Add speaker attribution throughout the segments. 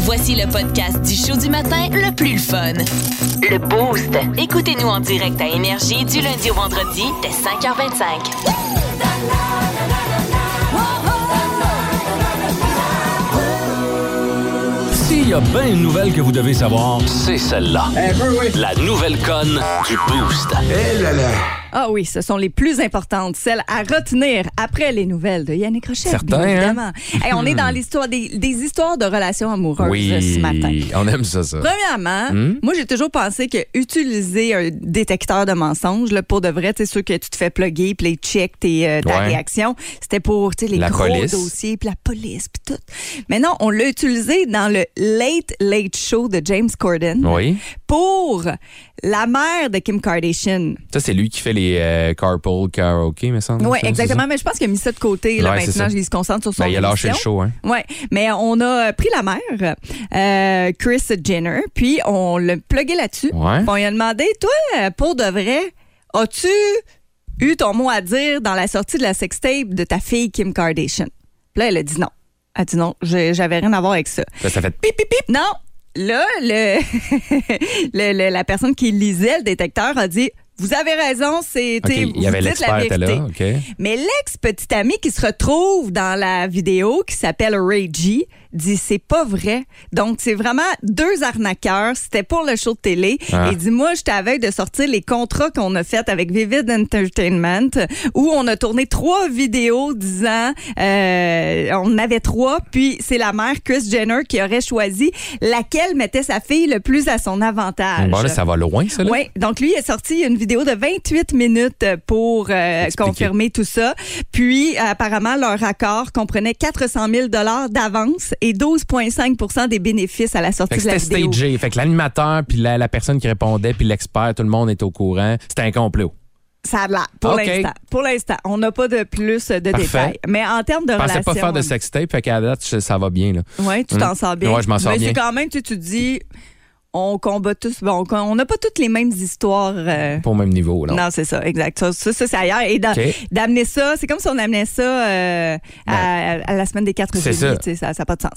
Speaker 1: Voici le podcast du show du matin le plus fun. Le Boost. Écoutez-nous en direct à Énergie du lundi au vendredi dès 5h25.
Speaker 2: S'il y a bien une nouvelle que vous devez savoir, c'est celle-là. La nouvelle conne du Boost.
Speaker 3: Ah oui, ce sont les plus importantes, celles à retenir après les nouvelles de Yannick Rochette,
Speaker 4: Certain,
Speaker 3: bien
Speaker 4: hein?
Speaker 3: évidemment. Et on est dans l'histoire des, des histoires de relations amoureuses euh, ce matin.
Speaker 4: on aime ça, ça.
Speaker 3: Premièrement,
Speaker 4: Hmm?
Speaker 3: moi j'ai toujours pensé que utiliser un détecteur de mensonges là, pour de vrai, c'est sûr que tu te fais plugger puis les checks tes euh, ta
Speaker 4: Ouais.
Speaker 3: réaction, c'était pour tu sais, les
Speaker 4: La
Speaker 3: gros
Speaker 4: police.
Speaker 3: dossiers puis la police puis tout. Mais non, on l'a utilisé dans le Late Late Show de James Corden
Speaker 4: Oui.
Speaker 3: pour la mère de Kim Kardashian.
Speaker 4: Ça, c'est lui qui fait les euh, carpool karaoke, me semble.
Speaker 3: Oui,
Speaker 4: ça,
Speaker 3: exactement. Mais je pense qu'il a mis ça de côté. Là,
Speaker 4: Ouais, c'est
Speaker 3: maintenant,
Speaker 4: ça.
Speaker 3: il se concentre sur
Speaker 4: c'est ça?
Speaker 3: son
Speaker 4: Ben, il a lâché le show, hein.
Speaker 3: Oui, mais on a euh, pris la mère, euh, Chris Jenner, puis on l'a plugué là-dessus.
Speaker 4: Ouais.
Speaker 3: Puis On lui a demandé, toi, euh, pour de vrai, as-tu eu ton mot à dire dans la sortie de la sextape de ta fille Kim Kardashian? Puis là, elle a dit non. Elle a dit non, j'ai- j'avais rien à voir avec ça.
Speaker 4: Ça, ça fait
Speaker 3: Pip, pip, pip. Non, là, le, le- le- la personne qui lisait le détecteur a dit, vous avez raison, c'est,
Speaker 4: OK,
Speaker 3: t'sais,
Speaker 4: il y avait
Speaker 3: vous dites
Speaker 4: l'expert
Speaker 3: la
Speaker 4: était
Speaker 3: vérité.
Speaker 4: là, OK.
Speaker 3: Mais l'ex-petite amie qui se retrouve dans la vidéo, qui s'appelle Reggie, dit c'est pas vrai. Donc, c'est vraiment deux arnaqueurs. C'était pour le show de télé.
Speaker 4: Ah.
Speaker 3: Et dis-moi, j'étais à veille de sortir les contrats qu'on a fait avec Vivid Entertainment, où on a tourné trois vidéos disant, euh, on avait trois, puis c'est la mère, Chris Jenner, qui aurait choisi laquelle mettait sa fille le plus à son avantage.
Speaker 4: Bon, là, ça va loin, ça, là.
Speaker 3: Oui, donc lui il a sorti une vidéo de 28 minutes euh, pour euh,
Speaker 4: Expliquer.
Speaker 3: confirmer tout ça. Puis, euh, apparemment, leur accord comprenait 400 000 d'avance et 12,5 des bénéfices à la
Speaker 4: Fait
Speaker 3: sortie
Speaker 4: que
Speaker 3: de la
Speaker 4: c'était
Speaker 3: vidéo.
Speaker 4: stagé. Fait que l'animateur, puis la, la personne qui répondait, puis l'expert, tout le monde était au courant. C'était un complot.
Speaker 3: Ça a l'air, pour
Speaker 4: OK.
Speaker 3: l'instant. Pour l'instant, on n'a pas de plus de
Speaker 4: Parfait.
Speaker 3: détails. Mais en termes de
Speaker 4: Je pensais
Speaker 3: relations...
Speaker 4: pas faire de sextape, fait qu'à la date, ça ça va bien, là.
Speaker 3: Oui, tu t'en
Speaker 4: Mm.
Speaker 3: sors bien.
Speaker 4: Ouais, je m'en sors
Speaker 3: Mais
Speaker 4: bien.
Speaker 3: c'est quand même, tu, tu dis, on combat tous... Bon, on n'a pas toutes les mêmes histoires... euh,
Speaker 4: Pas au même niveau, là.
Speaker 3: Non, c'est ça, exact. Ça, ça, ça, c'est ailleurs. Et d'a-
Speaker 4: OK.
Speaker 3: d'amener ça, c'est comme si on amenait ça euh, à, à la semaine des 4
Speaker 4: C'est
Speaker 3: juillet.
Speaker 4: ça.
Speaker 3: tu sais, Ça n'a pas de sens.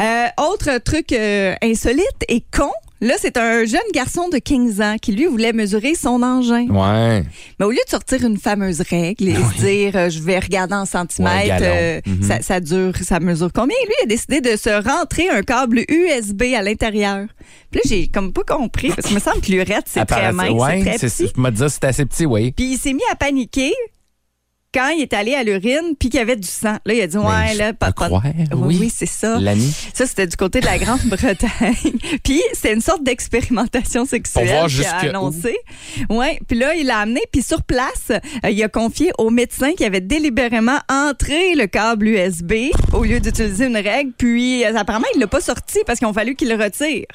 Speaker 3: Euh, autre truc euh, insolite et con, là, c'est un jeune garçon de 15 ans qui, lui, voulait mesurer son engin.
Speaker 4: Ouais. Ah
Speaker 3: Mais au lieu de sortir une fameuse règle et se dire euh, je vais regarder en centimètres,
Speaker 4: Ouais, gallon.
Speaker 3: euh,
Speaker 4: Mhm.
Speaker 3: ça, ça dure, ça mesure combien Lui il a décidé de se rentrer un câble USB à l'intérieur. Puis là j'ai comme pas compris parce que me semble que l'urette c'est très mince,
Speaker 4: Ouais,
Speaker 3: c'est très petit.
Speaker 4: Je me disais, c'était assez petit, oui.
Speaker 3: Puis il s'est mis à paniquer quand il est allé à l'urine puis qu'il y avait du sang. Là, il a dit Ouais,
Speaker 4: Mais Ben, je
Speaker 3: là,
Speaker 4: peux
Speaker 3: pas- pas-
Speaker 4: croire,
Speaker 3: oui,
Speaker 4: oui.
Speaker 3: oui, c'est ça.
Speaker 4: L'ami.
Speaker 3: Ça, c'était du côté de la Grande-Bretagne. puis c'est une sorte d'expérimentation sexuelle
Speaker 4: Pour voir
Speaker 3: qu'il a
Speaker 4: jusque où.
Speaker 3: annoncé. Ouais. Puis là, il l'a amené, puis sur place, euh, il a confié au médecin qui avait délibérément entré le câble USB au lieu d'utiliser une règle. Puis euh, apparemment, il l'a pas sorti parce qu'on fallu qu'il le retire.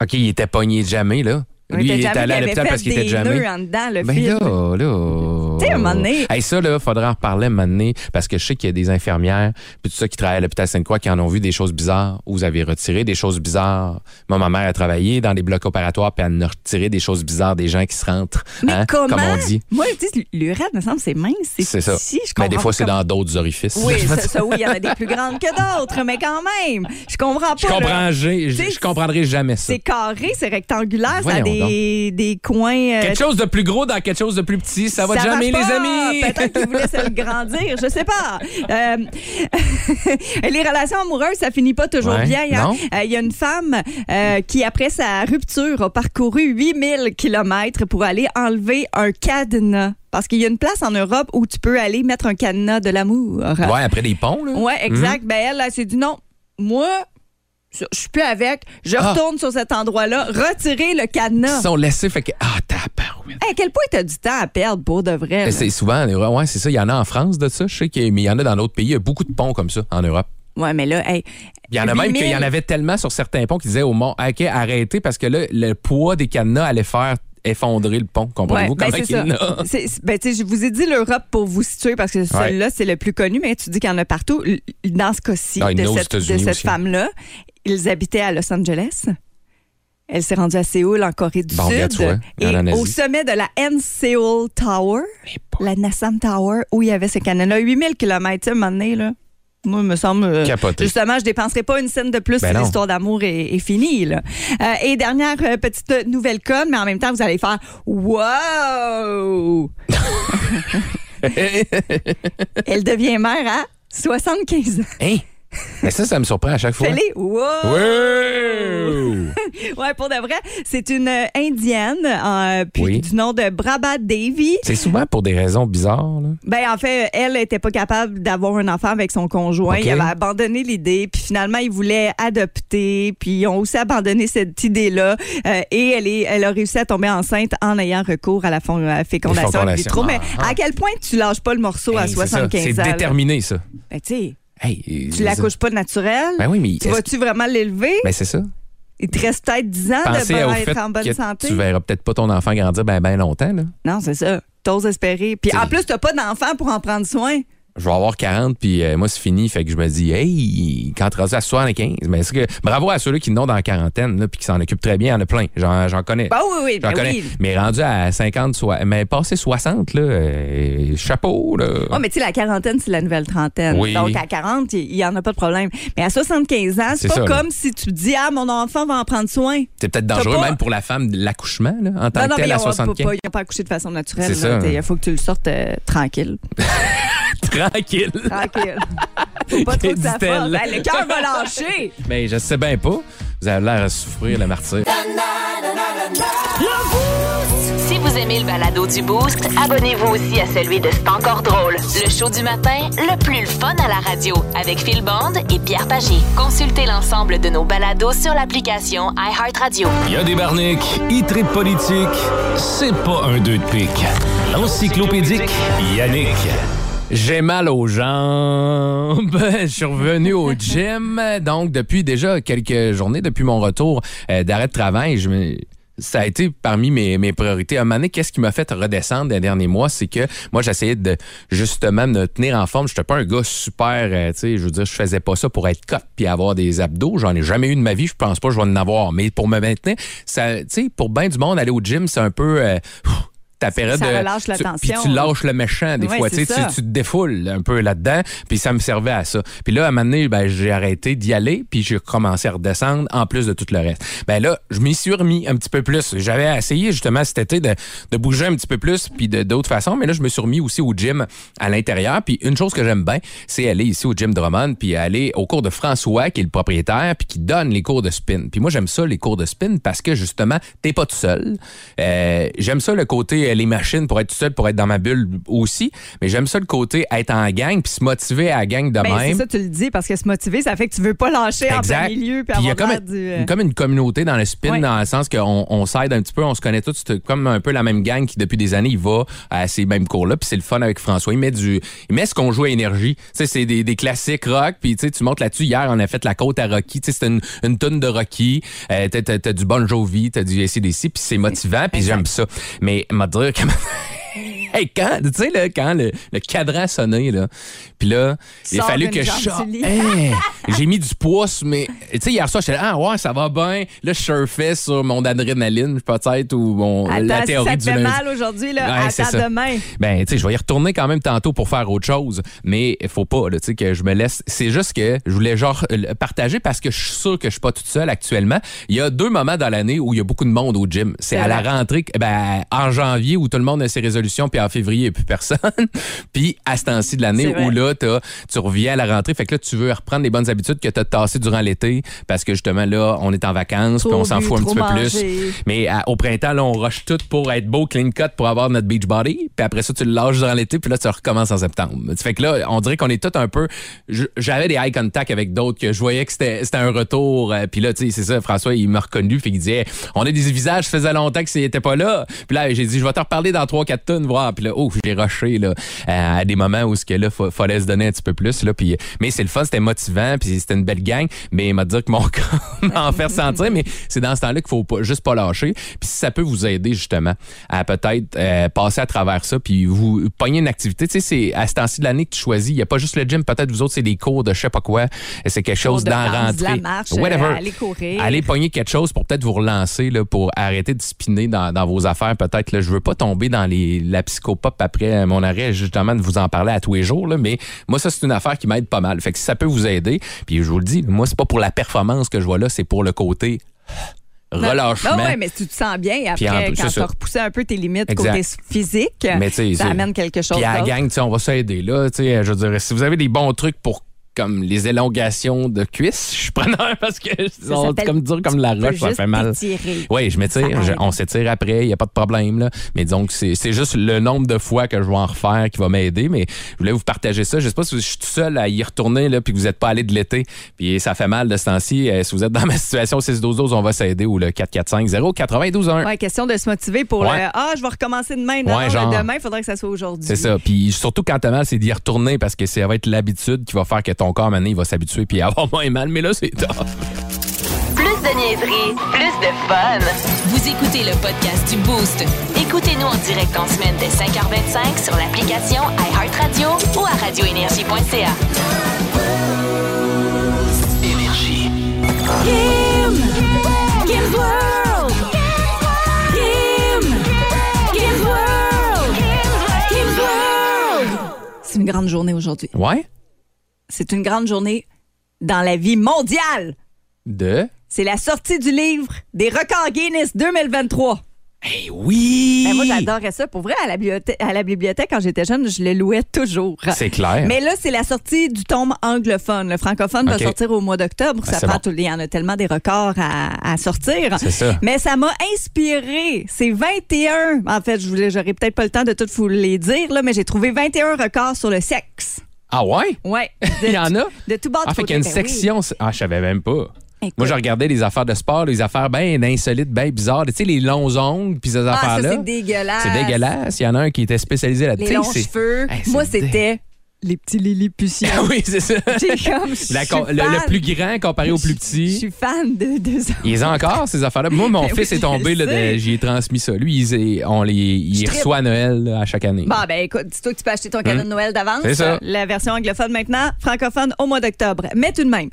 Speaker 4: OK, il était pogné de jamais, là. Lui, il
Speaker 3: était
Speaker 4: est allé à l'hôpital parce qu'il était de jamais.
Speaker 3: en dedans, le
Speaker 4: Ben
Speaker 3: fil.
Speaker 4: là, là.
Speaker 3: Tu sais, à un moment donné-
Speaker 4: Hey, ça, là, faudrait en reparler un moment donné, parce que je sais qu'il y a des infirmières, puis tout ça, qui travaillent à l'hôpital Sainte-Croix, qui en ont vu des choses bizarres, où vous avez retiré des choses bizarres. Moi, ma mère a travaillé dans des blocs opératoires, puis elle en a retiré des choses bizarres des gens qui se rentrent.
Speaker 3: Mais
Speaker 4: hein,
Speaker 3: comment?
Speaker 4: Comme on dit.
Speaker 3: Moi, je dis, l'urètre, me semble, c'est mince, c'est
Speaker 4: C'est ça.
Speaker 3: petit, je
Speaker 4: Mais des
Speaker 3: comprends
Speaker 4: fois, c'est
Speaker 3: pas
Speaker 4: dans d'autres orifices.
Speaker 3: comment- Oui, ça, ça, oui, il y en a des plus grandes que d'autres, mais quand même, je comprends pas.
Speaker 4: Je
Speaker 3: là.
Speaker 4: comprends, j'ai-
Speaker 3: Tu sais,
Speaker 4: je, je comprendrai jamais ça.
Speaker 3: C'est carré, c'est rectangulaire, ça a
Speaker 4: Voyons
Speaker 3: des, des coins... euh,
Speaker 4: Quelque chose de plus gros dans quelque chose de plus petit, ça va jamais,
Speaker 3: marche
Speaker 4: les
Speaker 3: pas.
Speaker 4: amis.
Speaker 3: Peut-être qu'ils voulaient se le grandir, je sais pas. Euh, les relations amoureuses, ça finit pas toujours
Speaker 4: Ouais,
Speaker 3: bien. hein.
Speaker 4: non.
Speaker 3: Euh, Il y a une femme euh, qui, après sa rupture, a parcouru 8000 kilomètres pour aller enlever un cadenas. Parce qu'il y a une place en Europe où tu peux aller mettre un cadenas de l'amour.
Speaker 4: Ouais, Mhm. après des ponts, là. Hmm?
Speaker 3: Ouais, exact. Ben elle, elle s'est dit non, moi, je je suis plus avec. Je
Speaker 4: Ah.
Speaker 3: retourne sur cet endroit-là, retirer le
Speaker 4: Ils
Speaker 3: cadenas.
Speaker 4: sont laissés, fait que. Ah, tabarouette.
Speaker 3: Hey, à quel point t'as du temps à perdre pour de vrai?
Speaker 4: Mais
Speaker 3: là?
Speaker 4: Ben, C'est souvent en Europe. Ouais, c'est ça. Il y en a en France de ça. Je sais qu'il y a- mais il y en a dans d'autres pays. Il y a beaucoup de ponts comme ça en Europe.
Speaker 3: Ouais, mais là, hey,
Speaker 4: Il y en a même
Speaker 3: 8000.
Speaker 4: qu'il y en avait tellement sur certains ponts qu'ils disaient au mont, OK, arrêtez parce que là, le poids des cadenas allait faire effondrer le pont.
Speaker 3: Ouais,
Speaker 4: Comprenez-vous
Speaker 3: ben,
Speaker 4: comment
Speaker 3: c'est
Speaker 4: il y
Speaker 3: ça.
Speaker 4: en a?
Speaker 3: C'est- c'est- ben, tu sais, je vous ai dit l'Europe pour vous situer parce que celui-là, c'est le plus connu, mais tu dis qu'il y en a partout. L- Dans ce cas-ci,
Speaker 4: Ah, il y
Speaker 3: de
Speaker 4: en a aux
Speaker 3: cette, de
Speaker 4: États-Unis
Speaker 3: cette
Speaker 4: aussi.
Speaker 3: femme-là, ils habitaient à Los Angeles. Elle s'est rendue à Séoul, en Corée du
Speaker 4: Bon,
Speaker 3: Sud.
Speaker 4: regarde, tu vois, elle
Speaker 3: et
Speaker 4: en Asie.
Speaker 3: au sommet de la N-Seoul Tower, la Nassam Tower, où il y avait ce canon-là, 8000 km, tu sais, à un moment donné, là. Moi, il me semble. euh,
Speaker 4: Capoté.
Speaker 3: Justement, je dépenserai pas une scène de plus
Speaker 4: Ben
Speaker 3: si
Speaker 4: non.
Speaker 3: l'histoire d'amour est, est finie. là. Euh, et dernière euh, petite nouvelle conne, mais en même temps, vous allez faire Wow! Elle devient mère à 75 ans.
Speaker 4: Hein? Mais ça, ça me surprend à chaque fois.
Speaker 3: Fais-les. Wow!
Speaker 4: Wow!
Speaker 3: Ouais, pour de vrai, c'est une euh, indienne euh, puis
Speaker 4: Oui.
Speaker 3: du nom de Brabha Devi.
Speaker 4: C'est souvent pour des raisons bizarres. Là.
Speaker 3: Ben en fait, elle était pas capable d'avoir un enfant avec son conjoint.
Speaker 4: Ok.
Speaker 3: Il avait abandonné l'idée, puis finalement ils voulaient adopter, puis ils ont aussi abandonné cette idée-là. Euh, et elle est, elle a réussi à tomber enceinte en ayant recours à la fon- à la fécondation in
Speaker 4: fécondations,
Speaker 3: vitro. Mais
Speaker 4: ah, ah.
Speaker 3: à quel point tu lâches pas le morceau à
Speaker 4: Hey, c'est ça.
Speaker 3: 75 ans
Speaker 4: C'est
Speaker 3: là?
Speaker 4: déterminé, ça.
Speaker 3: Ben, tu sais,
Speaker 4: Hey,
Speaker 3: tu l'accouches pas naturel.
Speaker 4: Ben oui, mais
Speaker 3: tu
Speaker 4: est-ce-
Speaker 3: vas-tu vraiment l'élever?
Speaker 4: Ben, c'est ça.
Speaker 3: Il te reste peut-être 10 ans
Speaker 4: Pensez
Speaker 3: de
Speaker 4: au
Speaker 3: bon-
Speaker 4: fait
Speaker 3: être en bonne
Speaker 4: que
Speaker 3: santé.
Speaker 4: tu verras peut-être pas ton enfant grandir ben, ben longtemps. Là.
Speaker 3: Non, c'est ça. T'oses espérer. Puis en
Speaker 4: C'est-
Speaker 3: plus, t'as pas d'enfant pour en prendre soin.
Speaker 4: Je vais avoir 40, puis euh, moi, c'est fini. Fait que je me dis, hey, quand tu rendu à 75, mais est-ce que bravo à ceux-là qui n'ont dans la quarantaine, là, puis qui s'en occupent très bien. Il y en a plein. J'en j'en connais.
Speaker 3: Bah oui, oui,
Speaker 4: J'en
Speaker 3: ben
Speaker 4: connais.
Speaker 3: oui.
Speaker 4: Mais rendu à 50, soit, mais passé 60, là, euh, chapeau, là.
Speaker 3: Oh, mais tu sais, la quarantaine, c'est la nouvelle trentaine.
Speaker 4: Oui.
Speaker 3: Donc, à 40, il n'y en a pas de problème. Mais à 75 ans,
Speaker 4: C'est
Speaker 3: c'est pas
Speaker 4: ça, là.
Speaker 3: comme si tu dis, ah, mon enfant va en prendre soin.
Speaker 4: c'est peut-être dangereux,
Speaker 3: t'as pas-
Speaker 4: même pour la femme, de l'accouchement, là, en tant
Speaker 3: non,
Speaker 4: que
Speaker 3: non, mais
Speaker 4: telle,
Speaker 3: ils
Speaker 4: à
Speaker 3: n'ont
Speaker 4: 75.
Speaker 3: pas, ils ont pas accouché de façon naturelle.
Speaker 4: C'est
Speaker 3: là.
Speaker 4: ça.
Speaker 3: T'sais, Il faut que tu le sortes euh, tranquille.
Speaker 4: Tranquille.
Speaker 3: Tranquille. faut pas trop que ça
Speaker 4: Dit-elle.
Speaker 3: fasse. Ben, le cœur va lâcher.
Speaker 4: Mais je sais bien pas. Vous avez l'air à souffrir, le martyr.
Speaker 1: Si vous aimez le balado du Boost, abonnez-vous aussi à celui de C'est encore drôle. Le show du matin, le plus le fun à la radio, avec Phil Bond et Pierre Pagé. Consultez l'ensemble de nos balados sur l'application iHeartRadio.
Speaker 2: Il y a des barniques, e-trip politique, c'est pas un deux de pique. L'encyclopédique Yannick.
Speaker 4: J'ai mal aux jambes. Je suis revenu au gym. Donc, depuis déjà quelques journées, depuis mon retour euh, d'arrêt de travail, je me- Ça a été parmi mes, mes priorités. À un moment donné, qu'est-ce qui m'a fait redescendre les derniers mois, c'est que moi, j'essayais de justement me tenir en forme. J'étais pas un gars super, euh, tu sais, je veux dire, je faisais pas ça pour être cop puis avoir des abdos. J'en ai jamais eu de ma vie. Je pense pas que je vais en avoir. Mais pour me maintenir, ça, tu sais, pour bien du monde, aller au gym, c'est un peu, euh, ta période
Speaker 3: Ça
Speaker 4: de-
Speaker 3: relâche la
Speaker 4: tu- puis
Speaker 3: tension.
Speaker 4: tu lâches le méchant des
Speaker 3: Ouais,
Speaker 4: fois.
Speaker 3: c'est
Speaker 4: Tu sais,
Speaker 3: ça.
Speaker 4: tu- tu te défoules un peu là-dedans. Puis ça me servait à ça. Puis là, à un moment donné, ben, j'ai arrêté d'y aller, puis j'ai commencé à redescendre en plus de tout le reste. Ben là, je m'y suis remis un petit peu plus. J'avais essayé justement cet été de, de bouger un petit peu plus, puis de d'autres façons. Mais là, je me suis remis aussi au gym à l'intérieur. Puis une chose que j'aime bien, c'est aller ici au gym Drummond, puis aller au cours de François, qui est le propriétaire, puis qui donne les cours de spin. Puis moi, j'aime ça, les cours de spin, parce que justement, t'es pas tout seul. Euh, j'aime ça le côté euh, les machines pour être tout seul, pour être dans ma bulle aussi. Mais j'aime ça le côté être en gang, puis se motiver à la gang de
Speaker 3: Ben, c'est
Speaker 4: même.
Speaker 3: ça, tu le dis, parce que se motiver, ça fait que tu veux pas lâcher en plein milieu. Puis
Speaker 4: Puis il y a
Speaker 3: avoir
Speaker 4: comme,
Speaker 3: l'air
Speaker 4: une-
Speaker 3: du, euh,
Speaker 4: une- comme une communauté dans le spin,
Speaker 3: Ouais.
Speaker 4: dans le sens qu'on on s'aide un petit peu, on se connaît tous. C'est comme un peu la même gang qui, depuis des années, il va à ces mêmes cours-là. Puis c'est le fun avec François. Il met, du, il met ce qu'on joue à énergie. Tu sais, c'est des, des classiques rock. Puis tu sais, tu montes là-dessus. Hier, on a fait la côte à Rocky. Tu sais, c'était une, une tonne de Rocky. Euh, t'as, t'as- t'as du Bon Jovi, t'as du ACDC. Puis c'est motivant. Puis j'aime ça. Mais m'a dire que... Hey, quand, tu sais, là, quand le, le cadran a sonné, là, puis là, il a
Speaker 3: Sors
Speaker 4: fallu
Speaker 3: une
Speaker 4: que je
Speaker 3: jambe du
Speaker 4: sorte-
Speaker 3: lit.
Speaker 4: Hey, j'ai mis du poids, sur mes- tu sais, hier soir, j'étais là, ah ouais, ça va bien. Là, je surfais sur mon adrénaline, peut-être, ou mon,
Speaker 3: Attends,
Speaker 4: la théorie
Speaker 3: si
Speaker 4: du
Speaker 3: ça te fait
Speaker 4: lundi.
Speaker 3: mal aujourd'hui, là,
Speaker 4: Ouais, c'est
Speaker 3: attends
Speaker 4: ça.
Speaker 3: demain.
Speaker 4: Ben, tu sais, je vais y retourner quand même tantôt pour faire autre chose, mais il faut pas, là, tu sais, que je me laisse. C'est juste que je voulais, genre, euh, le partager parce que je suis sûr que je suis pas toute seule actuellement. Il y a deux moments dans l'année où il y a beaucoup de monde au gym. C'est
Speaker 3: C'est
Speaker 4: à la
Speaker 3: vrai.
Speaker 4: rentrée, que- ben, en janvier où tout le monde a ses résolutions, puis en février, il n'y a plus personne. puis à ce temps-ci de l'année
Speaker 3: C'est
Speaker 4: où
Speaker 3: vrai.
Speaker 4: là, t'as- tu reviens à la rentrée, fait que là, tu veux reprendre les bonnes habitudes que tu as tassées durant l'été parce que justement, là, on est en vacances, puis
Speaker 3: Trop
Speaker 4: on s'en
Speaker 3: bu,
Speaker 4: fout un
Speaker 3: trop
Speaker 4: petit peu
Speaker 3: mangé.
Speaker 4: plus. Mais à- au printemps, là, on rush tout pour être beau, clean cut, pour avoir notre beach body. Puis après ça, tu le lâches durant l'été, puis là, tu recommences en septembre. Ça Fait que là, on dirait qu'on est tous un peu. je- J'avais des eye contact avec d'autres que je voyais que c'était c'était un retour. euh, Puis là, tu sais, c'est ça, François, il m'a reconnu, puis il disait On a des visages, ça faisait longtemps que c'était pas là. Puis là, j'ai dit Je vais te reparler dans 3-4 tonnes, voir. Puis là, oh, je l'ai rushé, là, euh, à à des moments où ce que là, fa- fallait se donner un petit peu plus, là. Puis, mais c'est le fun, c'était motivant, puis c'était une belle gang. Mais il m'a dit que mon corps m'a en fait sentir, mais c'est dans ce temps-là qu'il faut pas, juste pas lâcher. Puis si ça peut vous aider justement à peut-être euh, passer à travers ça, puis vous pogner une activité. Tu sais, c'est à ce temps-ci de l'année que tu choisis. Il n'y a pas juste le gym, peut-être vous autres, c'est des cours de je sais pas quoi. C'est quelque chose
Speaker 3: de
Speaker 4: d'en
Speaker 3: danse, de
Speaker 4: rentrer.
Speaker 3: la marche, euh, aller courir.
Speaker 4: Aller pogner quelque chose pour peut-être vous relancer, là, pour arrêter de spinner dans, dans vos affaires. Peut-être, là, je veux pas tomber dans les, la psycho psychopop après euh, mon arrêt, justement, de vous en parler à tous les jours. Là, mais moi, ça, c'est une affaire qui m'aide pas mal. Fait que si ça peut vous aider, puis je vous le dis, moi, c'est pas pour la performance que je vois là, c'est pour le côté relâchement.
Speaker 3: Non, Ah ouais, mais tu te sens bien
Speaker 4: Puis en
Speaker 3: après,
Speaker 4: plus,
Speaker 3: quand
Speaker 4: c'est
Speaker 3: tu as
Speaker 4: ça.
Speaker 3: repoussé un peu tes limites
Speaker 4: Exact.
Speaker 3: côté physique,
Speaker 4: Mais tu sais,
Speaker 3: ça
Speaker 4: c'est-
Speaker 3: amène quelque chose
Speaker 4: Puis à la
Speaker 3: d'autre.
Speaker 4: gang, tu sais, on va s'aider là. Tu sais, je veux dire, si vous avez des bons trucs pour comme les élongations de cuisses, je suis preneur parce que ça
Speaker 3: s'appelle-
Speaker 4: comme dur comme la
Speaker 3: Tu peux
Speaker 4: roche, ça
Speaker 3: juste
Speaker 4: fait mal.
Speaker 3: t'étirer.
Speaker 4: Oui, je m'étire, je- on s'étire après, il n'y a pas de problème. Là. Mais donc, c'est c'est juste le nombre de fois que je vais en refaire qui va m'aider. Mais je voulais vous partager ça. Je sais pas si je suis tout seul à y retourner, là, puis que vous n'êtes pas allé de l'été, puis ça fait mal de ce temps-ci. Euh, si vous êtes dans ma situation, 6-12-12, on va s'aider ou le 445-0-92-1.
Speaker 3: Ouais, question de se motiver pour
Speaker 4: Ouais.
Speaker 3: le Ah, je vais recommencer demain. Non,
Speaker 4: Ouais,
Speaker 3: non,
Speaker 4: genre.
Speaker 3: demain, il faudrait que ça soit aujourd'hui.
Speaker 4: C'est ça. Puis surtout quand t'as mal, c'est d'y retourner parce que ça va être l'habitude qui va faire que ton corps, maintenant, il va s'habituer puis avoir moins mal. Mais là, c'est tough.
Speaker 1: Plus de niaiserie, plus de fun. Vous écoutez le podcast du Boost. Écoutez-nous en direct en semaine dès 5h25 sur l'application iHeartRadio ou à radioénergie.ca.
Speaker 3: C'est une grande journée aujourd'hui.
Speaker 4: Ouais?
Speaker 3: C'est une grande journée dans la vie mondiale.
Speaker 4: De?
Speaker 3: C'est la sortie du livre des records Guinness 2023.
Speaker 4: Eh oui!
Speaker 3: Ben, moi, j'adorais ça. Pour vrai, à la, bibliothèque, à la bibliothèque, quand j'étais jeune, je le louais toujours.
Speaker 4: C'est clair.
Speaker 3: Mais là, c'est la sortie du tome anglophone. Le francophone
Speaker 4: OK.
Speaker 3: va sortir au mois d'octobre.
Speaker 4: Ben,
Speaker 3: ça
Speaker 4: c'est
Speaker 3: prend
Speaker 4: bon.
Speaker 3: tout- Il y en a tellement des records à, à sortir.
Speaker 4: C'est ça.
Speaker 3: Mais ça m'a inspiré. C'est 21. En fait, je voulais, j'aurais peut-être pas le temps de tout vous les dire, là, mais j'ai trouvé 21 records sur le sexe.
Speaker 4: Ah ouais?
Speaker 3: Ouais.
Speaker 4: Il y en a?
Speaker 3: De tout bord
Speaker 4: Ah,
Speaker 3: de
Speaker 4: fait qu'il y a une
Speaker 3: côté. Ben oui.
Speaker 4: section. c'est- Ah, je savais même pas.
Speaker 3: Écoute.
Speaker 4: Moi, je regardais les affaires de sport, les affaires bien insolites, bien bizarres. Tu sais, les longs ongles, puis ces
Speaker 3: Ah,
Speaker 4: affaires-là.
Speaker 3: ça, c'est dégueulasse.
Speaker 4: C'est dégueulasse. Il y en a un qui était spécialisé là-dessus.
Speaker 3: Les longs cheveux.
Speaker 4: Hey, c'est
Speaker 3: Moi,
Speaker 4: dé-
Speaker 3: c'était les petits Lilliputiens.
Speaker 4: Ah oui, c'est ça.
Speaker 3: J'ai comme. je
Speaker 4: La
Speaker 3: suis
Speaker 4: com- le, le
Speaker 3: fan.
Speaker 4: plus grand comparé au plus petit.
Speaker 3: Je suis fan de, de ça.
Speaker 4: Ils ont encore ces affaires-là. Moi, mon
Speaker 3: Ben oui,
Speaker 4: fils est
Speaker 3: je
Speaker 4: tombé, là,
Speaker 3: sais.
Speaker 4: de- j'y ai transmis ça. Lui, il, est- on les, il
Speaker 3: Je trippe.
Speaker 4: reçoit à Noël là, à chaque année.
Speaker 3: Bon, ben écoute, dis-toi que tu peux acheter ton cadeau de Noël d'avance.
Speaker 4: Mm. C'est ça.
Speaker 3: La version anglophone maintenant, francophone au mois d'octobre. Mais tout de même.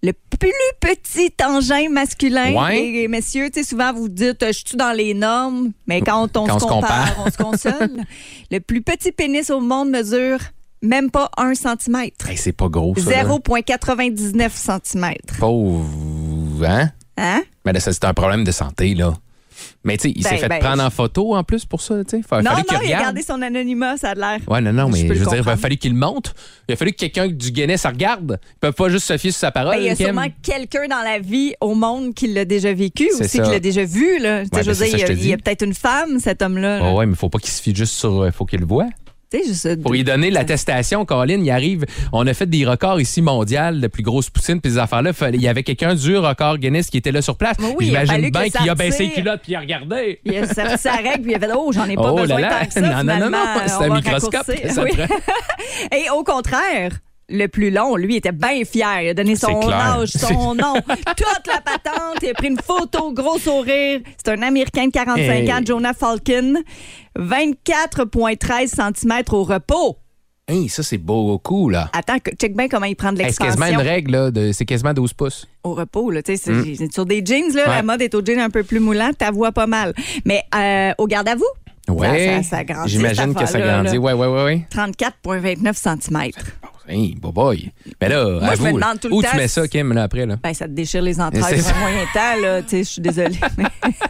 Speaker 3: Le plus petit engin masculin,
Speaker 4: Ouais.
Speaker 3: les, les messieurs, tu sais, souvent vous dites, euh, je suis dans les normes, mais quand on
Speaker 4: Quand
Speaker 3: se
Speaker 4: on se
Speaker 3: compare,
Speaker 4: compare.
Speaker 3: on se console. le plus petit pénis au monde mesure même pas un centimètre.
Speaker 4: Hey, c'est pas gros, ça. là.
Speaker 3: 0,99 centimètres.
Speaker 4: Pauvre, hein?
Speaker 3: Hein?
Speaker 4: Mais là, ça, c'est un problème de santé, là. Mais tu sais, il
Speaker 3: Ben,
Speaker 4: s'est fait
Speaker 3: ben,
Speaker 4: prendre
Speaker 3: je-
Speaker 4: en photo en plus pour ça, tu sais. Fa-
Speaker 3: Non,
Speaker 4: fallait
Speaker 3: non,
Speaker 4: qu'il
Speaker 3: il a
Speaker 4: regarde.
Speaker 3: gardé son anonymat, ça a l'air.
Speaker 4: Ouais, non, non,
Speaker 3: Je
Speaker 4: mais je,
Speaker 3: peux le
Speaker 4: veux dire, il a
Speaker 3: comprendre.
Speaker 4: fallu qu'il le monte. Il a fallu que quelqu'un du Guinness ça regarde. Ils peuvent pas juste se fier sur sa parole.
Speaker 3: Ben, il y a
Speaker 4: Kim.
Speaker 3: sûrement quelqu'un dans la vie au monde qui l'a déjà vécu
Speaker 4: C'est
Speaker 3: aussi,
Speaker 4: ça.
Speaker 3: qui l'a déjà vu. Là. Tu sais,
Speaker 4: Ouais,
Speaker 3: je
Speaker 4: ben,
Speaker 3: veux
Speaker 4: c'est ça,
Speaker 3: dire, il y a-
Speaker 4: je te
Speaker 3: il y a,
Speaker 4: dis. Oh,
Speaker 3: peut-être une femme, cet homme-là. là.
Speaker 4: Ouais, ouais, mais faut pas qu'il se fie juste sur. euh, faut qu'il le voit.
Speaker 3: Tu sais, je sais-
Speaker 4: Pour y donner l'attestation, Colin, il arrive. On a fait des records ici mondial, de plus grosse poutine, puis ces affaires-là. Fallait- Il y avait quelqu'un du record Guinness qui était là sur place.
Speaker 3: Mais oui, il a fallu
Speaker 4: J'imagine bien
Speaker 3: que ça
Speaker 4: qu'il a baissé
Speaker 3: tire.
Speaker 4: les culottes puis il a regardé.
Speaker 3: Il a sorti sa règle, puis il a fait Oh, j'en ai pas
Speaker 4: Oh
Speaker 3: besoin
Speaker 4: là là.
Speaker 3: tant que ça.
Speaker 4: Non, non, non,
Speaker 3: finalement.
Speaker 4: non, c'est
Speaker 3: On
Speaker 4: un
Speaker 3: va
Speaker 4: microscope,
Speaker 3: raccourcir.
Speaker 4: ça
Speaker 3: Oui. Et au contraire, le plus long, lui, était bien fier. Il a donné son
Speaker 4: C'est clair.
Speaker 3: âge, son nom, toute la patente. Il a pris une photo, gros sourire. C'est un Américain de 45
Speaker 4: Hey.
Speaker 3: ans, Jonah Falcon. 24,13 cm au repos.
Speaker 4: Hey, ça, c'est beaucoup, là.
Speaker 3: Attends, que- check bien comment il prend de
Speaker 4: Hey, C'est
Speaker 3: l'expansion.
Speaker 4: quasiment une règle, là, de- c'est quasiment 12 pouces.
Speaker 3: au repos. Là, tu sais, c'est- c'est Sur des jeans, là,
Speaker 4: Mm. Ouais.
Speaker 3: la mode est au jean un peu plus moulant, ta voix pas mal. Mais euh, au garde à vous,
Speaker 4: Ouais.
Speaker 3: ça, ça grandit.
Speaker 4: J'imagine que ça grandit.
Speaker 3: grandit.
Speaker 4: Ouais, ouais, ouais, ouais.
Speaker 3: 34,29 cm.
Speaker 4: Hey, boy, boy. Mais là,
Speaker 3: Moi,
Speaker 4: à
Speaker 3: je me
Speaker 4: vous,
Speaker 3: demande
Speaker 4: là,
Speaker 3: tout le
Speaker 4: où
Speaker 3: temps
Speaker 4: tu mets
Speaker 3: si-
Speaker 4: ça, Kim, là, après, là?
Speaker 3: Ben, ça te déchire les entrailles
Speaker 4: C'est
Speaker 3: pour un
Speaker 4: ça.
Speaker 3: moyen temps, là. Tu sais, je suis désolée. mais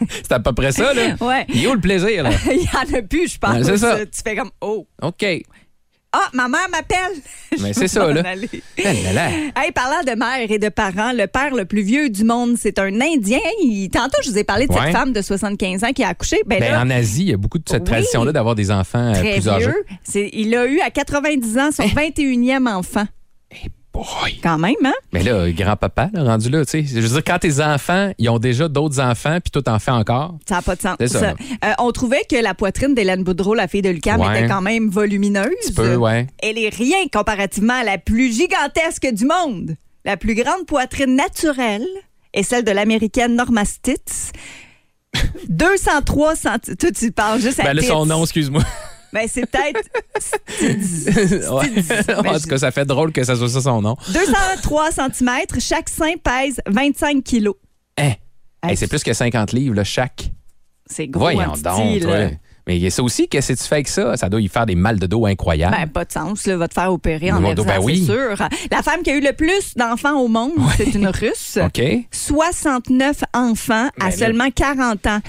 Speaker 4: C'est à peu près ça, là.
Speaker 3: Ouais.
Speaker 4: Il est où le plaisir, là?
Speaker 3: Il y en a plus, je pense.
Speaker 4: Ouais, c'est ça.
Speaker 3: Tu fais comme, oh.
Speaker 4: OK.
Speaker 3: Ah, ma mère m'appelle. Je
Speaker 4: Mais
Speaker 3: vais
Speaker 4: c'est ça, là.
Speaker 3: m'en aller.
Speaker 4: Là, là, là.
Speaker 3: Hey, parlant de mère et de parents, le père le plus vieux du monde, c'est un Indien. Il- Tantôt, je vous ai parlé de
Speaker 4: Ouais.
Speaker 3: cette femme de 75 ans qui a accouché. Ben,
Speaker 4: Ben,
Speaker 3: là,
Speaker 4: en Asie, il y a beaucoup de cette
Speaker 3: Oui.
Speaker 4: tradition-là d'avoir des enfants euh,
Speaker 3: très
Speaker 4: plus âgés.
Speaker 3: vieux. C'est- Il a eu à 90 ans son 21e enfant.
Speaker 4: Eh Boy.
Speaker 3: Quand même, hein?
Speaker 4: Mais là, euh, grand-papa, là, rendu là, tu sais. Je veux dire, quand tes enfants, ils ont déjà d'autres enfants, puis toi, t'en fais encore.
Speaker 3: Ça n'a pas de sens.
Speaker 4: C'est ça, là.
Speaker 3: Euh, on trouvait que la poitrine d'Hélène Boudreau, la fille de Lucam,
Speaker 4: Ouais.
Speaker 3: était quand même volumineuse.
Speaker 4: Petit peu, ouais.
Speaker 3: Elle est rien comparativement à la plus gigantesque du monde. La plus grande poitrine naturelle est celle de l'américaine Norma Stitz. 203 cm. Toi, tu parles juste à
Speaker 4: Ben là, son
Speaker 3: Titz.
Speaker 4: nom, excuse-moi.
Speaker 3: Ben, c'est peut-être
Speaker 4: Ouais. en tout cas, ça fait drôle que ça soit ça son nom.
Speaker 3: 203 cm. Chaque sein pèse 25 kilos.
Speaker 4: Hein?
Speaker 3: Hey,
Speaker 4: Hey, c'est plus que 50 livres, là, chaque.
Speaker 3: C'est gros.
Speaker 4: Voyons
Speaker 3: en petit,
Speaker 4: donc,
Speaker 3: là.
Speaker 4: ouais. Mais il y a ça aussi, qu'est-ce que tu fais avec ça? Ça doit y faire des mal de dos incroyables.
Speaker 3: Ben, pas de sens, là, va te faire opérer en
Speaker 4: Mon
Speaker 3: rêvant,
Speaker 4: dos, ben
Speaker 3: c'est
Speaker 4: oui.
Speaker 3: sûr. La femme qui a eu le plus d'enfants au monde, c'est une Russe.
Speaker 4: OK?
Speaker 3: 69 enfants
Speaker 4: là.
Speaker 3: à seulement 40 ans.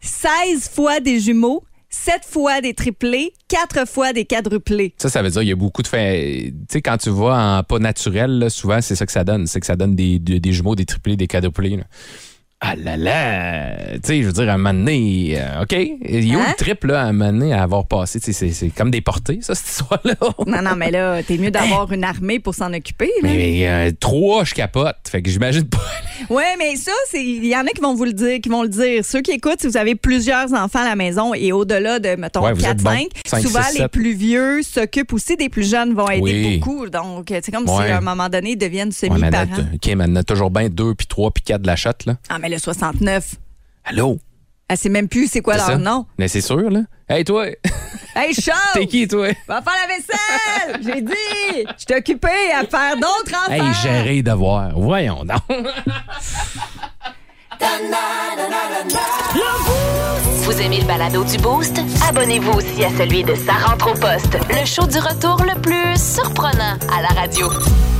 Speaker 3: 16 fois des jumeaux, 7 fois des triplés, 4 fois des quadruplés.
Speaker 4: Ça, ça veut dire qu'il y a beaucoup de faits. Tu sais, quand tu vas en pas naturel, là, souvent, c'est ça que ça donne. C'est que ça donne des, des, des jumeaux, des triplés, des quadruplés. là. Ah là là! Tu sais, je veux dire, à un moment donné, euh, OK? Il y a où
Speaker 3: Hein?
Speaker 4: le triple, là, à un moment donné, à avoir passé? Tu sais, c'est- c'est comme des portées, ça, cette histoire-là.
Speaker 3: Non, non, mais là, t'es mieux d'avoir une armée pour s'en occuper. là.
Speaker 4: Mais, mais, euh, trois, je capote. Fait que j'imagine pas.
Speaker 3: Ouais, mais ça, c'est il y en a qui vont vous le dire, qui vont le dire. Ceux qui écoutent, si vous avez plusieurs enfants à la maison et au-delà de mettons
Speaker 4: Ouais, vous êtes
Speaker 3: 4
Speaker 4: bon.
Speaker 3: 5,
Speaker 4: Cinq,
Speaker 3: souvent
Speaker 4: six,
Speaker 3: les
Speaker 4: sept.
Speaker 3: plus vieux s'occupent aussi des plus jeunes vont aider
Speaker 4: Oui.
Speaker 3: beaucoup. Donc c'est comme si
Speaker 4: Ouais.
Speaker 3: à un moment donné ils deviennent
Speaker 4: Ouais, mais euh, elle en a-
Speaker 3: semi-parents.
Speaker 4: OK, mais elle en a toujours bien deux, puis trois, puis quatre de la chatte, là.
Speaker 3: ah mais le 69,
Speaker 4: Allô?
Speaker 3: elle sait même plus c'est quoi
Speaker 4: C'est ça?
Speaker 3: leur nom.
Speaker 4: Mais c'est sûr, là. Hey, toi,
Speaker 3: Hey
Speaker 4: t'es
Speaker 3: Charles,
Speaker 4: qui, toi?
Speaker 3: va faire la vaisselle. J'ai dit, je t'ai occupé à faire d'autres enfants.
Speaker 4: Hey, gérer d'avoir. Voyons donc.
Speaker 1: Vous aimez le balado du Boost? Abonnez-vous aussi à celui de Sa rentre au poste, le show du retour le plus surprenant à la radio.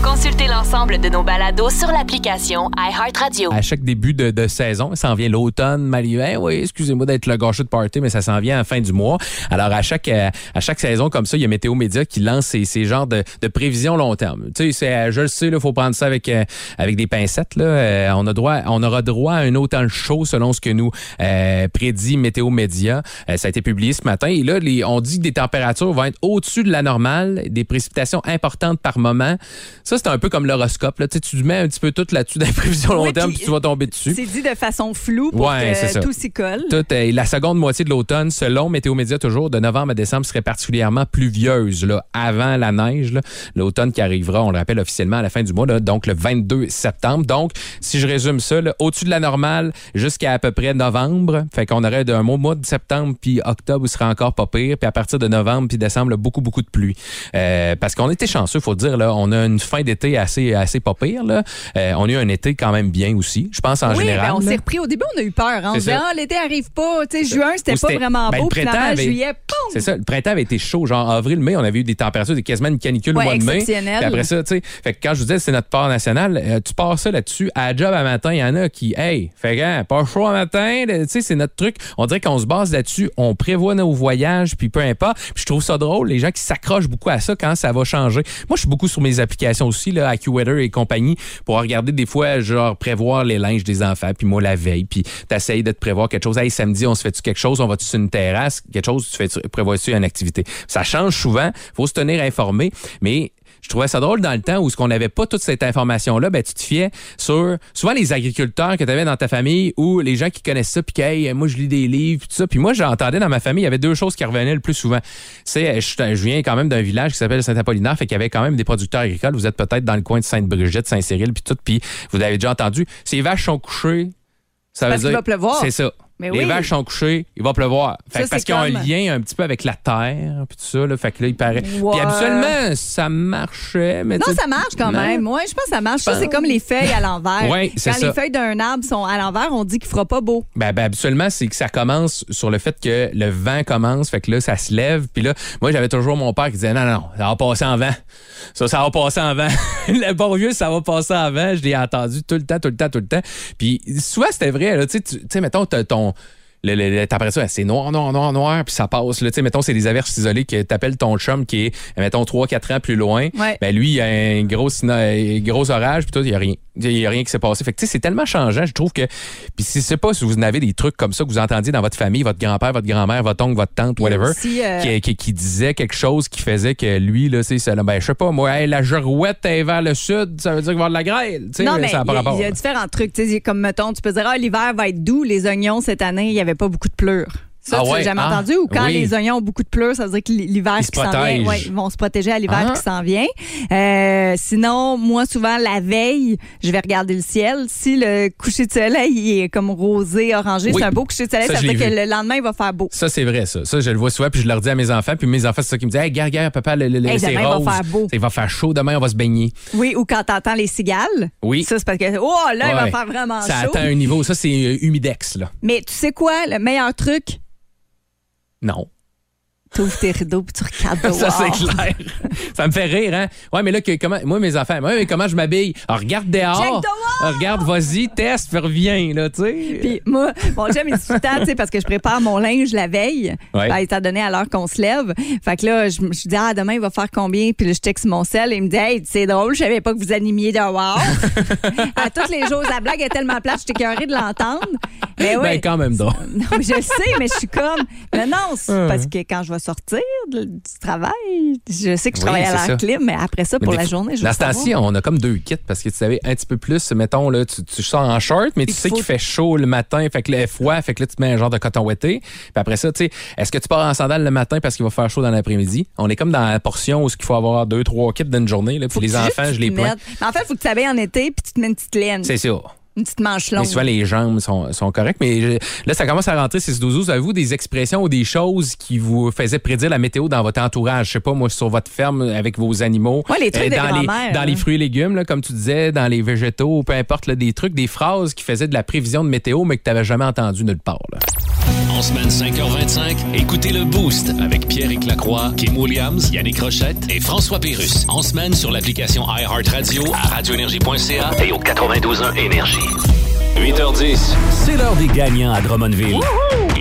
Speaker 1: Consultez l'ensemble de nos balados sur l'application iHeartRadio.
Speaker 4: À chaque début de, de saison, ça s'en vient l'automne, Mario. Eh oui, excusez-moi d'être le gâcheux de party, mais ça s'en vient à la fin du mois. Alors, à chaque, euh, à chaque saison, comme ça, il y a Météo Média qui lance ces, ces genres de, de prévisions long terme. Tu sais, c'est, euh, je le sais, il faut prendre ça avec, euh, avec des pincettes. Là. Euh, on, a droit, on aura droit à un automne chaud selon ce que nous euh, prédit Météo Média. Euh, ça a été publié ce matin. Et là, les- on dit que des températures vont être au-dessus de la normale, des précipitations importantes par moment. Ça, c'est un peu comme l'horoscope. Là. Tu sais, tu mets un petit peu tout là-dessus dans les prévisions
Speaker 3: Oui,
Speaker 4: long terme,
Speaker 3: puis-
Speaker 4: puis tu vas tomber dessus.
Speaker 3: C'est dit de façon floue pour
Speaker 4: Ouais, c'est
Speaker 3: que
Speaker 4: ça.
Speaker 3: tout s'y colle.
Speaker 4: Tout, euh, la seconde moitié de l'automne, selon Météo Média toujours, de novembre à décembre serait particulièrement pluvieuse, là, avant la neige. là. L'automne qui arrivera, on le rappelle officiellement à la fin du mois, là, donc le 22 septembre. Donc, si je résume ça, là, au-dessus de la normale jusqu'à à peu près novembre, fait qu'on aurait d'un mois, mois de septembre puis octobre serait encore pas pire, puis à partir de novembre puis décembre, là, beaucoup, beaucoup de pluie. Euh, parce qu'on était chanceux, faut dire, là, on a une fin d'été assez, assez pas pire. Là. Euh, on a eu un été quand même bien aussi, je pense en
Speaker 3: oui,
Speaker 4: général.
Speaker 3: ben, on
Speaker 4: là.
Speaker 3: s'est repris. Au début, on a eu peur. hein. On
Speaker 4: C'est
Speaker 3: disait,
Speaker 4: ça.
Speaker 3: ah, l'été arrive pas. Tu sais, juin, c'était
Speaker 4: Ou
Speaker 3: pas vraiment
Speaker 4: ben,
Speaker 3: beau.
Speaker 4: le
Speaker 3: Puis
Speaker 4: printemps
Speaker 3: finalement,
Speaker 4: avait-
Speaker 3: juillet,
Speaker 4: C'est
Speaker 3: poum!
Speaker 4: ça, le printemps avait été chaud, genre avril, mai, on avait eu des températures, des quasiment une canicule
Speaker 3: Ouais,
Speaker 4: au mois de mai.
Speaker 3: exceptionnelle.
Speaker 4: Puis après ça, tu sais, fait que quand je vous disais c'est notre part national, euh, tu pars ça là-dessus à la job à matin, il y en a qui hey, fait que hein, pas chaud à matin, là, tu sais, c'est notre truc. On dirait qu'on se base là-dessus, on prévoit nos voyages, puis peu importe. Puis je trouve ça drôle les gens qui s'accrochent beaucoup à ça quand ça va changer. Moi, je suis beaucoup sur mes applications aussi là, AccuWeather et compagnie pour regarder des fois genre prévoir les linges des enfants, puis moi la veille, puis t'essayes de te prévoir quelque chose. Hey, samedi, on se fait-tu quelque chose, on va-tu sur une terrasse, quelque chose, tu fais prévois-tu une activité. Ça change souvent, faut se tenir informé, mais je trouvais ça drôle dans le temps où ce qu'on n'avait pas toute cette information-là, ben, tu te fiais sur souvent les agriculteurs que tu avais dans ta famille ou les gens qui connaissent ça, puis que, hey, moi, je lis des livres, puis tout ça. Puis moi, j'entendais dans ma famille, il y avait deux choses qui revenaient le plus souvent. C'est, je, je viens quand même d'un village qui s'appelle Saint-Apollinaire, fait qu'il y avait quand même des producteurs agricoles. Vous êtes peut-être dans le coin de Sainte-Brigitte, Saint-Cyril, puis tout, puis vous l'avez déjà entendu. Ces vaches sont couchées. Ça veut
Speaker 3: parce qu'il
Speaker 4: dire-
Speaker 3: va pleuvoir.
Speaker 4: C'est ça.
Speaker 3: Mais
Speaker 4: les
Speaker 3: oui.
Speaker 4: vaches sont couchées, il va pleuvoir. Fait
Speaker 3: Ça,
Speaker 4: que
Speaker 3: c'est
Speaker 4: parce qu'ils ont un
Speaker 3: comme-
Speaker 4: lien un petit peu avec la terre, puis tout ça, là, fait que là, il paraît.
Speaker 3: Ouais.
Speaker 4: Puis habituellement, ça marchait, mais tu
Speaker 3: Non,
Speaker 4: sais-
Speaker 3: ça marche quand
Speaker 4: Non.
Speaker 3: même. Moi, je pense que ça marche. Ça, c'est comme les feuilles à l'envers.
Speaker 4: Ouais, c'est
Speaker 3: Quand les
Speaker 4: ça.
Speaker 3: feuilles d'un arbre sont à l'envers, on dit qu'il fera pas beau.
Speaker 4: Ben, ben, habituellement, c'est que ça commence sur le fait que le vent commence, fait que là, ça se lève. Puis là, moi, j'avais toujours mon père qui disait non, non, ça va passer en vent. Ça, ça va passer en vent. le bon vieux, ça va passer en vent. Je l'ai entendu tout le temps, tout le temps, tout le temps. Puis souvent, c'était vrai. là, Tu sais, tu tu sais, mettons, t'as ton. Le, le- la température, c'est noir, noir, noir, noir, puis ça passe. Là, Tu sais, mettons, c'est des averses isolées que t'appelles ton chum qui est, mettons, 3-4 ans plus loin.
Speaker 3: Ouais.
Speaker 4: Ben lui, il y a un gros, sino- un gros orage, puis toi, il n'y a rien. Il y a rien qui s'est passé. Fait que, tu sais, c'est tellement changeant, je trouve que. Puis, si c'est pas si vous en avez des trucs comme ça que vous entendiez dans votre famille, votre grand-père, votre grand-mère, votre oncle, votre tante, whatever,
Speaker 3: aussi, euh,
Speaker 4: qui, qui- qui disait quelque chose qui faisait que lui, là, c'est ça. là, Ben, je sais pas, moi, hey, la girouette est vers le sud, ça veut dire qu'il va y avoir de la grêle. Tu sais,
Speaker 3: non, mais
Speaker 4: ça a pas
Speaker 3: il y a-
Speaker 4: rapport.
Speaker 3: il y, a
Speaker 4: là.
Speaker 3: différents trucs. Tu sais, comme, mettons, tu peux dire, ah, l'hiver va être doux. Les oignons, cette année, il n'y avait pas beaucoup de pleurs. Ça,
Speaker 4: Ah
Speaker 3: tu l'as
Speaker 4: ouais,
Speaker 3: jamais
Speaker 4: ah,
Speaker 3: entendu? Ou quand
Speaker 4: oui.
Speaker 3: les oignons ont beaucoup de pleurs, ça veut dire que l'hiver
Speaker 4: Ils se
Speaker 3: qui s'en vient,
Speaker 4: protègent.
Speaker 3: ouais, ils vont se protéger à l'hiver
Speaker 4: Ah.
Speaker 3: qui s'en vient. Euh, sinon, moi, souvent, la veille, je vais regarder le ciel. Si le coucher de soleil il est comme rosé, orangé,
Speaker 4: Oui.
Speaker 3: c'est un beau coucher de soleil, ça,
Speaker 4: Ça, je
Speaker 3: veut dire
Speaker 4: l'ai
Speaker 3: que
Speaker 4: vu.
Speaker 3: le lendemain, il va faire beau.
Speaker 4: Ça, c'est vrai, ça. Ça, je le vois souvent, puis je leur dis à mes enfants, puis mes enfants, c'est ça qui me disent, hey, gare, gare, papa, le, le, le-
Speaker 3: Hey,
Speaker 4: c'est
Speaker 3: demain, il va
Speaker 4: rose.
Speaker 3: faire beau.
Speaker 4: Il va faire chaud, demain, on va se baigner.
Speaker 3: Oui, ou quand t'entends les cigales.
Speaker 4: Oui.
Speaker 3: Ça, c'est parce que, oh, là, il va
Speaker 4: Ouais.
Speaker 3: faire vraiment
Speaker 4: Ça
Speaker 3: chaud.
Speaker 4: atteint un niveau, ça, c'est euh, humidex, là.
Speaker 3: Mais tu sais quoi, le meilleur truc?
Speaker 4: Non.
Speaker 3: T'ouvres tes rideaux puis tu regardes
Speaker 4: Ça,
Speaker 3: dehors.
Speaker 4: c'est clair. ça me fait rire, hein? Ouais, mais là, que, comment, moi, mes enfants, ouais, mais comment je m'habille? Ah, regarde dehors. Ah,
Speaker 3: Check the
Speaker 4: regarde, vas-y, teste, puis reviens, là, tu sais.
Speaker 3: Puis moi, mon chum, il est tout le temps, tu sais, parce que je prépare mon linge la veille.
Speaker 4: Ouais.
Speaker 3: Ben, étant donné à l'heure qu'on se lève. Fait que là, je, me- je dis, ah, demain, il va faire combien? Puis là, je texte mon sel et il me dit, hey, c'est drôle, je savais pas que vous animiez dehors. à tous les jours, la blague est tellement plate, j'étais curée de l'entendre. Mais oui.
Speaker 4: Ben, quand même, donc.
Speaker 3: Non, mais je le sais, mais je suis comme. Mais non, c'est
Speaker 4: Ah.
Speaker 3: parce que quand je vais sortir de- du travail, je sais que je
Speaker 4: Oui,
Speaker 3: travaille à
Speaker 4: c'est
Speaker 3: l'air
Speaker 4: ça.
Speaker 3: clim, mais après ça,
Speaker 4: Mais
Speaker 3: pour
Speaker 4: des
Speaker 3: la
Speaker 4: fois,
Speaker 3: journée, je
Speaker 4: Dans
Speaker 3: veux
Speaker 4: cette année,
Speaker 3: savoir.
Speaker 4: on a comme deux kits parce que tu savais un petit peu plus. Mettons, là, tu, tu sors en short, mais tu sais
Speaker 3: faut-
Speaker 4: qu'il fait chaud le matin, fait que là, il est froid, fait que là, tu te mets un genre de coton ouaté. Puis après ça, tu sais, est-ce que tu pars en sandales le matin parce qu'il va faire chaud dans l'après-midi? On est comme dans la portion où il faut avoir deux, trois kits d'une journée. Là, puis
Speaker 3: Faut
Speaker 4: les
Speaker 3: que juste
Speaker 4: enfants,
Speaker 3: tu
Speaker 4: je les
Speaker 3: te
Speaker 4: plains.
Speaker 3: mettes- Mais En fait, il faut que tu t'habilles en été puis tu te mets une petite laine,
Speaker 4: C'est ça.
Speaker 3: une petite manche
Speaker 4: Mais
Speaker 3: longue.
Speaker 4: souvent, les jambes sont, sont correctes. Mais je- là, ça commence à rentrer, c'est 12 Avez-vous des expressions ou des choses qui vous faisaient prédire la météo dans votre entourage? Je sais pas, moi, sur votre ferme, avec vos animaux. euh,
Speaker 3: Ouais, les trucs de
Speaker 4: dans, les,
Speaker 3: grand-mère,
Speaker 4: dans les
Speaker 3: hein.
Speaker 4: fruits et légumes, là, comme tu disais, dans les végétaux, peu importe, là, des trucs, des phrases qui faisaient de la prévision de météo, mais que tu n'avais jamais entendu nulle part. là.
Speaker 2: En semaine 5h25, écoutez le Boost avec Pierre-Éric Lacroix, Kim Williams, Yannick Rochette et François Pérus. En semaine sur l'application iHeartRadio à radioénergie.ca et au 92.1 Énergie. 8h10, c'est l'heure des gagnants à Drummondville.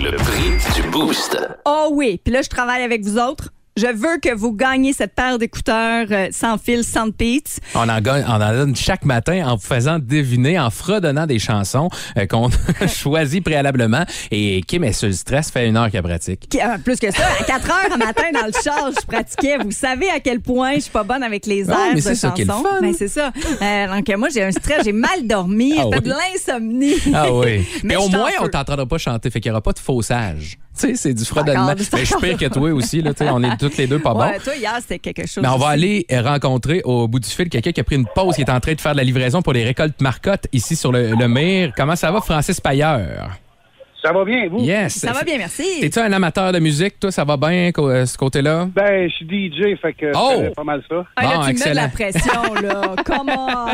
Speaker 2: Le prix du Boost.
Speaker 3: Oh oui, puis là, je travaille avec vous autres. Je veux que vous gagniez cette paire d'écouteurs euh, sans fil, sans pizza.
Speaker 4: On en, gagne- on en donne chaque matin en vous faisant deviner, en fredonnant des chansons euh, qu'on choisit préalablement. Et Kim est sur le stress, fait une heure qu'elle pratique.
Speaker 3: Qui- euh, plus que ça, à 4 heures le matin dans le char, je pratiquais. Vous savez à quel point je suis pas bonne avec les airs
Speaker 4: Ah, mais
Speaker 3: de
Speaker 4: c'est ça
Speaker 3: chansons.
Speaker 4: qui est le fun.
Speaker 3: Ben, c'est ça. Euh, donc euh, moi j'ai un stress, j'ai mal dormi,
Speaker 4: Ah
Speaker 3: j'ai fait de
Speaker 4: oui.
Speaker 3: l'insomnie.
Speaker 4: Ah oui. Mais,
Speaker 3: Mais
Speaker 4: au
Speaker 3: je t'en
Speaker 4: moins, on
Speaker 3: veux.
Speaker 4: t'entendra pas chanter. Fait qu'il n'y aura pas de faussage. Tu sais, c'est du fredonnement.
Speaker 3: D'accord,
Speaker 4: Mais je suis pire que toi aussi. Là, tu sais, on est toutes les deux pas bons.
Speaker 3: Ouais, toi hier c'était quelque chose.
Speaker 4: Mais on va aller rencontrer au bout du fil quelqu'un qui a pris une pause, qui est en train de faire de la livraison pour les récoltes marcottes ici sur le, le Mire. Comment ça va, Francis Payeur?
Speaker 5: Ça va bien, vous?
Speaker 4: Yes.
Speaker 3: Ça va bien, merci.
Speaker 4: T'es-tu un amateur de musique? Toi, ça va bien, co- euh, ce côté-là?
Speaker 5: Ben, je suis DJ, fait que
Speaker 4: Oh!
Speaker 5: ça fait pas mal ça.
Speaker 3: Ah,
Speaker 4: Bon,
Speaker 3: là, tu me mets de la
Speaker 4: excellent.
Speaker 3: pression, là. Comment?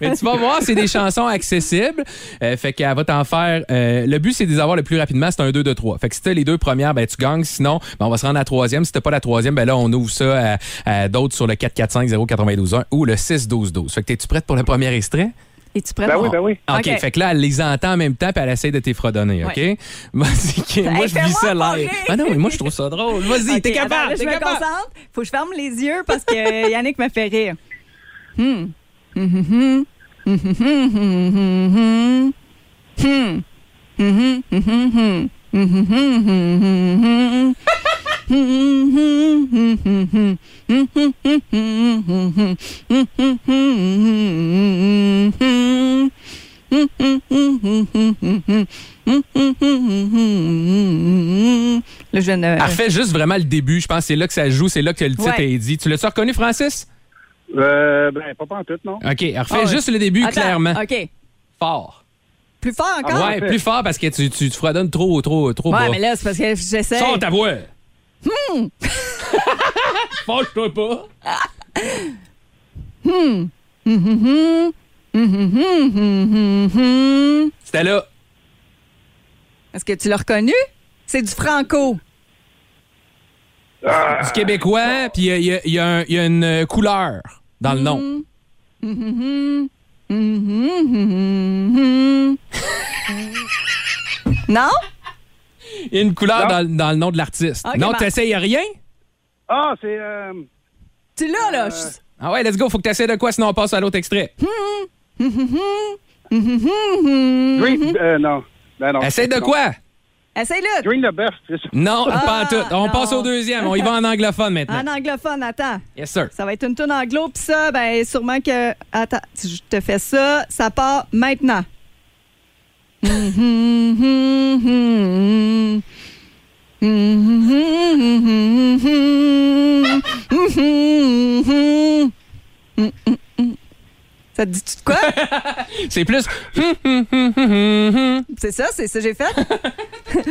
Speaker 4: Mais tu vas voir, c'est des chansons accessibles. Euh, fait qu'elle va t'en faire. euh, le but, c'est de les avoir le plus rapidement. C'est un 2 de 3. Fait que si t'as les deux premières, ben, tu gagnes. Sinon, ben, on va se rendre à la troisième. Si t'as pas la troisième, ben là, on ouvre ça à, à d'autres sur le 445-0921 ou le 6-12-12. Fait que t'es-tu prête pour le premier extrait?
Speaker 3: Es-tu prêt?
Speaker 5: Ben oui, ben oui.
Speaker 4: OK.
Speaker 3: OK.
Speaker 4: Fait que là, elle les entend en même temps puis elle essaie de t'y fredonner, OK?
Speaker 3: Ouais.
Speaker 4: Vas-y, Kim.
Speaker 3: Hey,
Speaker 4: moi, je vis
Speaker 3: fais-moi
Speaker 4: ça
Speaker 3: pas
Speaker 4: live.
Speaker 3: rire.
Speaker 4: Ah non, mais moi, je trouve ça drôle. Vas-y,
Speaker 3: Ok,
Speaker 4: t'es
Speaker 3: attends,
Speaker 4: capable.
Speaker 3: là, je
Speaker 4: t'es
Speaker 3: me
Speaker 4: capable.
Speaker 3: concentre. Faut que je ferme les yeux parce que euh, Yannick me fait rire. Hmm. Hmm, hmm, hmm. Hmm, hmm, hmm, hmm, hmm. Hmm, hmm, hmm, hmm. Hmm, hmm, hmm, hmm, hmm. Hmm, hmm, hmm, hmm, hmm. Hmm, hmm, hmm, hmm, hmm, hmm. Hmm, hmm, hmm, hmm, hmm. Là, je viens de-
Speaker 4: Elle fait juste vraiment le début. Je pense que c'est là que ça joue. C'est là que le titre
Speaker 3: Ouais.
Speaker 4: est dit. Tu l'as-tu reconnu, Francis?
Speaker 5: Euh, ben, pas en tout, non?
Speaker 4: OK, elle refait
Speaker 3: Ah ouais.
Speaker 4: juste le début,
Speaker 3: Attends,
Speaker 4: clairement.
Speaker 3: OK.
Speaker 4: Fort.
Speaker 3: Plus fort encore?
Speaker 4: ouais, plus fort parce que tu, tu, tu fredonnes trop, trop, trop
Speaker 3: Ouais,
Speaker 4: bas.
Speaker 3: mais là, Hmm. c'est parce que j'essaie.
Speaker 4: Sors ta voix! Fâche-toi pas!
Speaker 3: Hmm. hmm,
Speaker 4: C'était là.
Speaker 3: Est-ce que tu l'as reconnu? C'est du franco.
Speaker 4: Du québécois, puis il y a, il y a- il y a un- il y a une euh, couleur dans
Speaker 3: Hmm.
Speaker 4: le nom.
Speaker 3: Non?
Speaker 4: Il y a une couleur dans, dans le nom de l'artiste.
Speaker 3: Ok,
Speaker 4: non,
Speaker 3: bon.
Speaker 4: t'essayes rien?
Speaker 5: Ah, c'est... Euh...
Speaker 3: Tu l'as, là? Je-
Speaker 4: Ah ouais, let's go, faut que t'essayes de quoi, sinon on passe à l'autre extrait.
Speaker 3: Hmm.
Speaker 5: Green... euh, non. Ben, non.
Speaker 4: Essaye de
Speaker 5: Non.
Speaker 4: quoi?
Speaker 3: Essaye-le.
Speaker 5: Green the best, c'est ça.
Speaker 4: Non, pas en tout. On
Speaker 3: non.
Speaker 4: passe au deuxième. On y va en anglophone maintenant.
Speaker 3: En anglophone, attends.
Speaker 4: Yes, sir.
Speaker 3: Ça va être une toune anglo, pis ça, ben, sûrement que. Attends, si je te fais ça, ça part maintenant. Ça te dit tout de quoi?
Speaker 4: C'est plus.
Speaker 3: C'est ça, c'est ça que j'ai fait?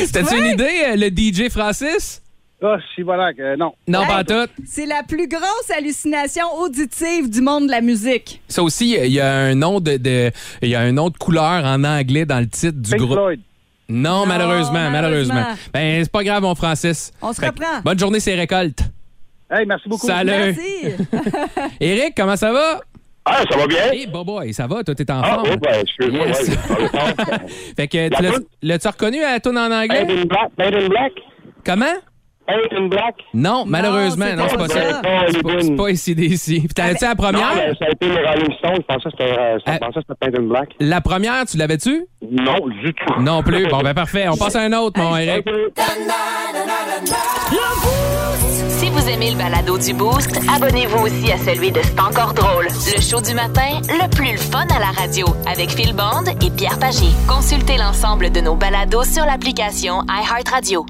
Speaker 4: C'était-tu une idée, euh, le DJ Francis?
Speaker 5: Ah, Chibolac, euh, non.
Speaker 4: Non,
Speaker 3: Hey.
Speaker 4: pas en tout.
Speaker 3: C'est la plus grosse hallucination auditive du monde de la musique.
Speaker 4: Ça aussi, il y a un nom de, de- il y a un nom de couleur en anglais dans le titre du
Speaker 5: Pink
Speaker 4: groupe.
Speaker 5: Floyd.
Speaker 4: Non,
Speaker 3: Non,
Speaker 4: malheureusement,
Speaker 3: malheureusement.
Speaker 4: malheureusement. Ben, c'est pas grave, mon Francis.
Speaker 3: On se
Speaker 4: Fait que
Speaker 3: reprend.
Speaker 4: Bonne journée, c'est récolte.
Speaker 5: Hey, merci beaucoup.
Speaker 4: Salut.
Speaker 3: Merci.
Speaker 4: Eric, comment ça va?
Speaker 6: Ah, ça va bien?
Speaker 4: Hey, boy, ça va? Toi, t'es en
Speaker 6: Ah,
Speaker 4: forme.
Speaker 6: oh, ben, excuse-moi.
Speaker 4: Yes.
Speaker 6: ouais, dans le temps.
Speaker 4: Fait que, tu
Speaker 6: La
Speaker 4: l'as-
Speaker 6: bonne-
Speaker 4: l'as-tu reconnu à la toune en anglais?
Speaker 6: Paint in black. Paint in black.
Speaker 4: Comment?
Speaker 6: Paint in black.
Speaker 4: Non, malheureusement,
Speaker 3: c'était
Speaker 4: non, c'est pas
Speaker 3: pas
Speaker 4: ça. Ah, ben,
Speaker 3: ça.
Speaker 6: Oh,
Speaker 4: C'est
Speaker 6: les
Speaker 4: pas-
Speaker 6: bonnes.
Speaker 4: c'est pas ici d'ici. Puis t'avais-tu la
Speaker 6: Non,
Speaker 4: première?
Speaker 6: mais ça a été le Rolling Stone. Je pensais que c'était euh, je
Speaker 4: Ah.
Speaker 6: pensais que c'était Paint in black.
Speaker 4: La première, tu l'avais-tu?
Speaker 6: Non, du tout.
Speaker 4: Non plus. Bon, ben parfait. On passe à un autre, mon Eric.
Speaker 1: Si vous aimez le balado du Boost, abonnez-vous aussi à celui de C'est encore drôle. Le show du matin, le plus le fun à la radio, avec Phil Bond et Pierre Pagé. Consultez l'ensemble de nos balados sur l'application iHeartRadio.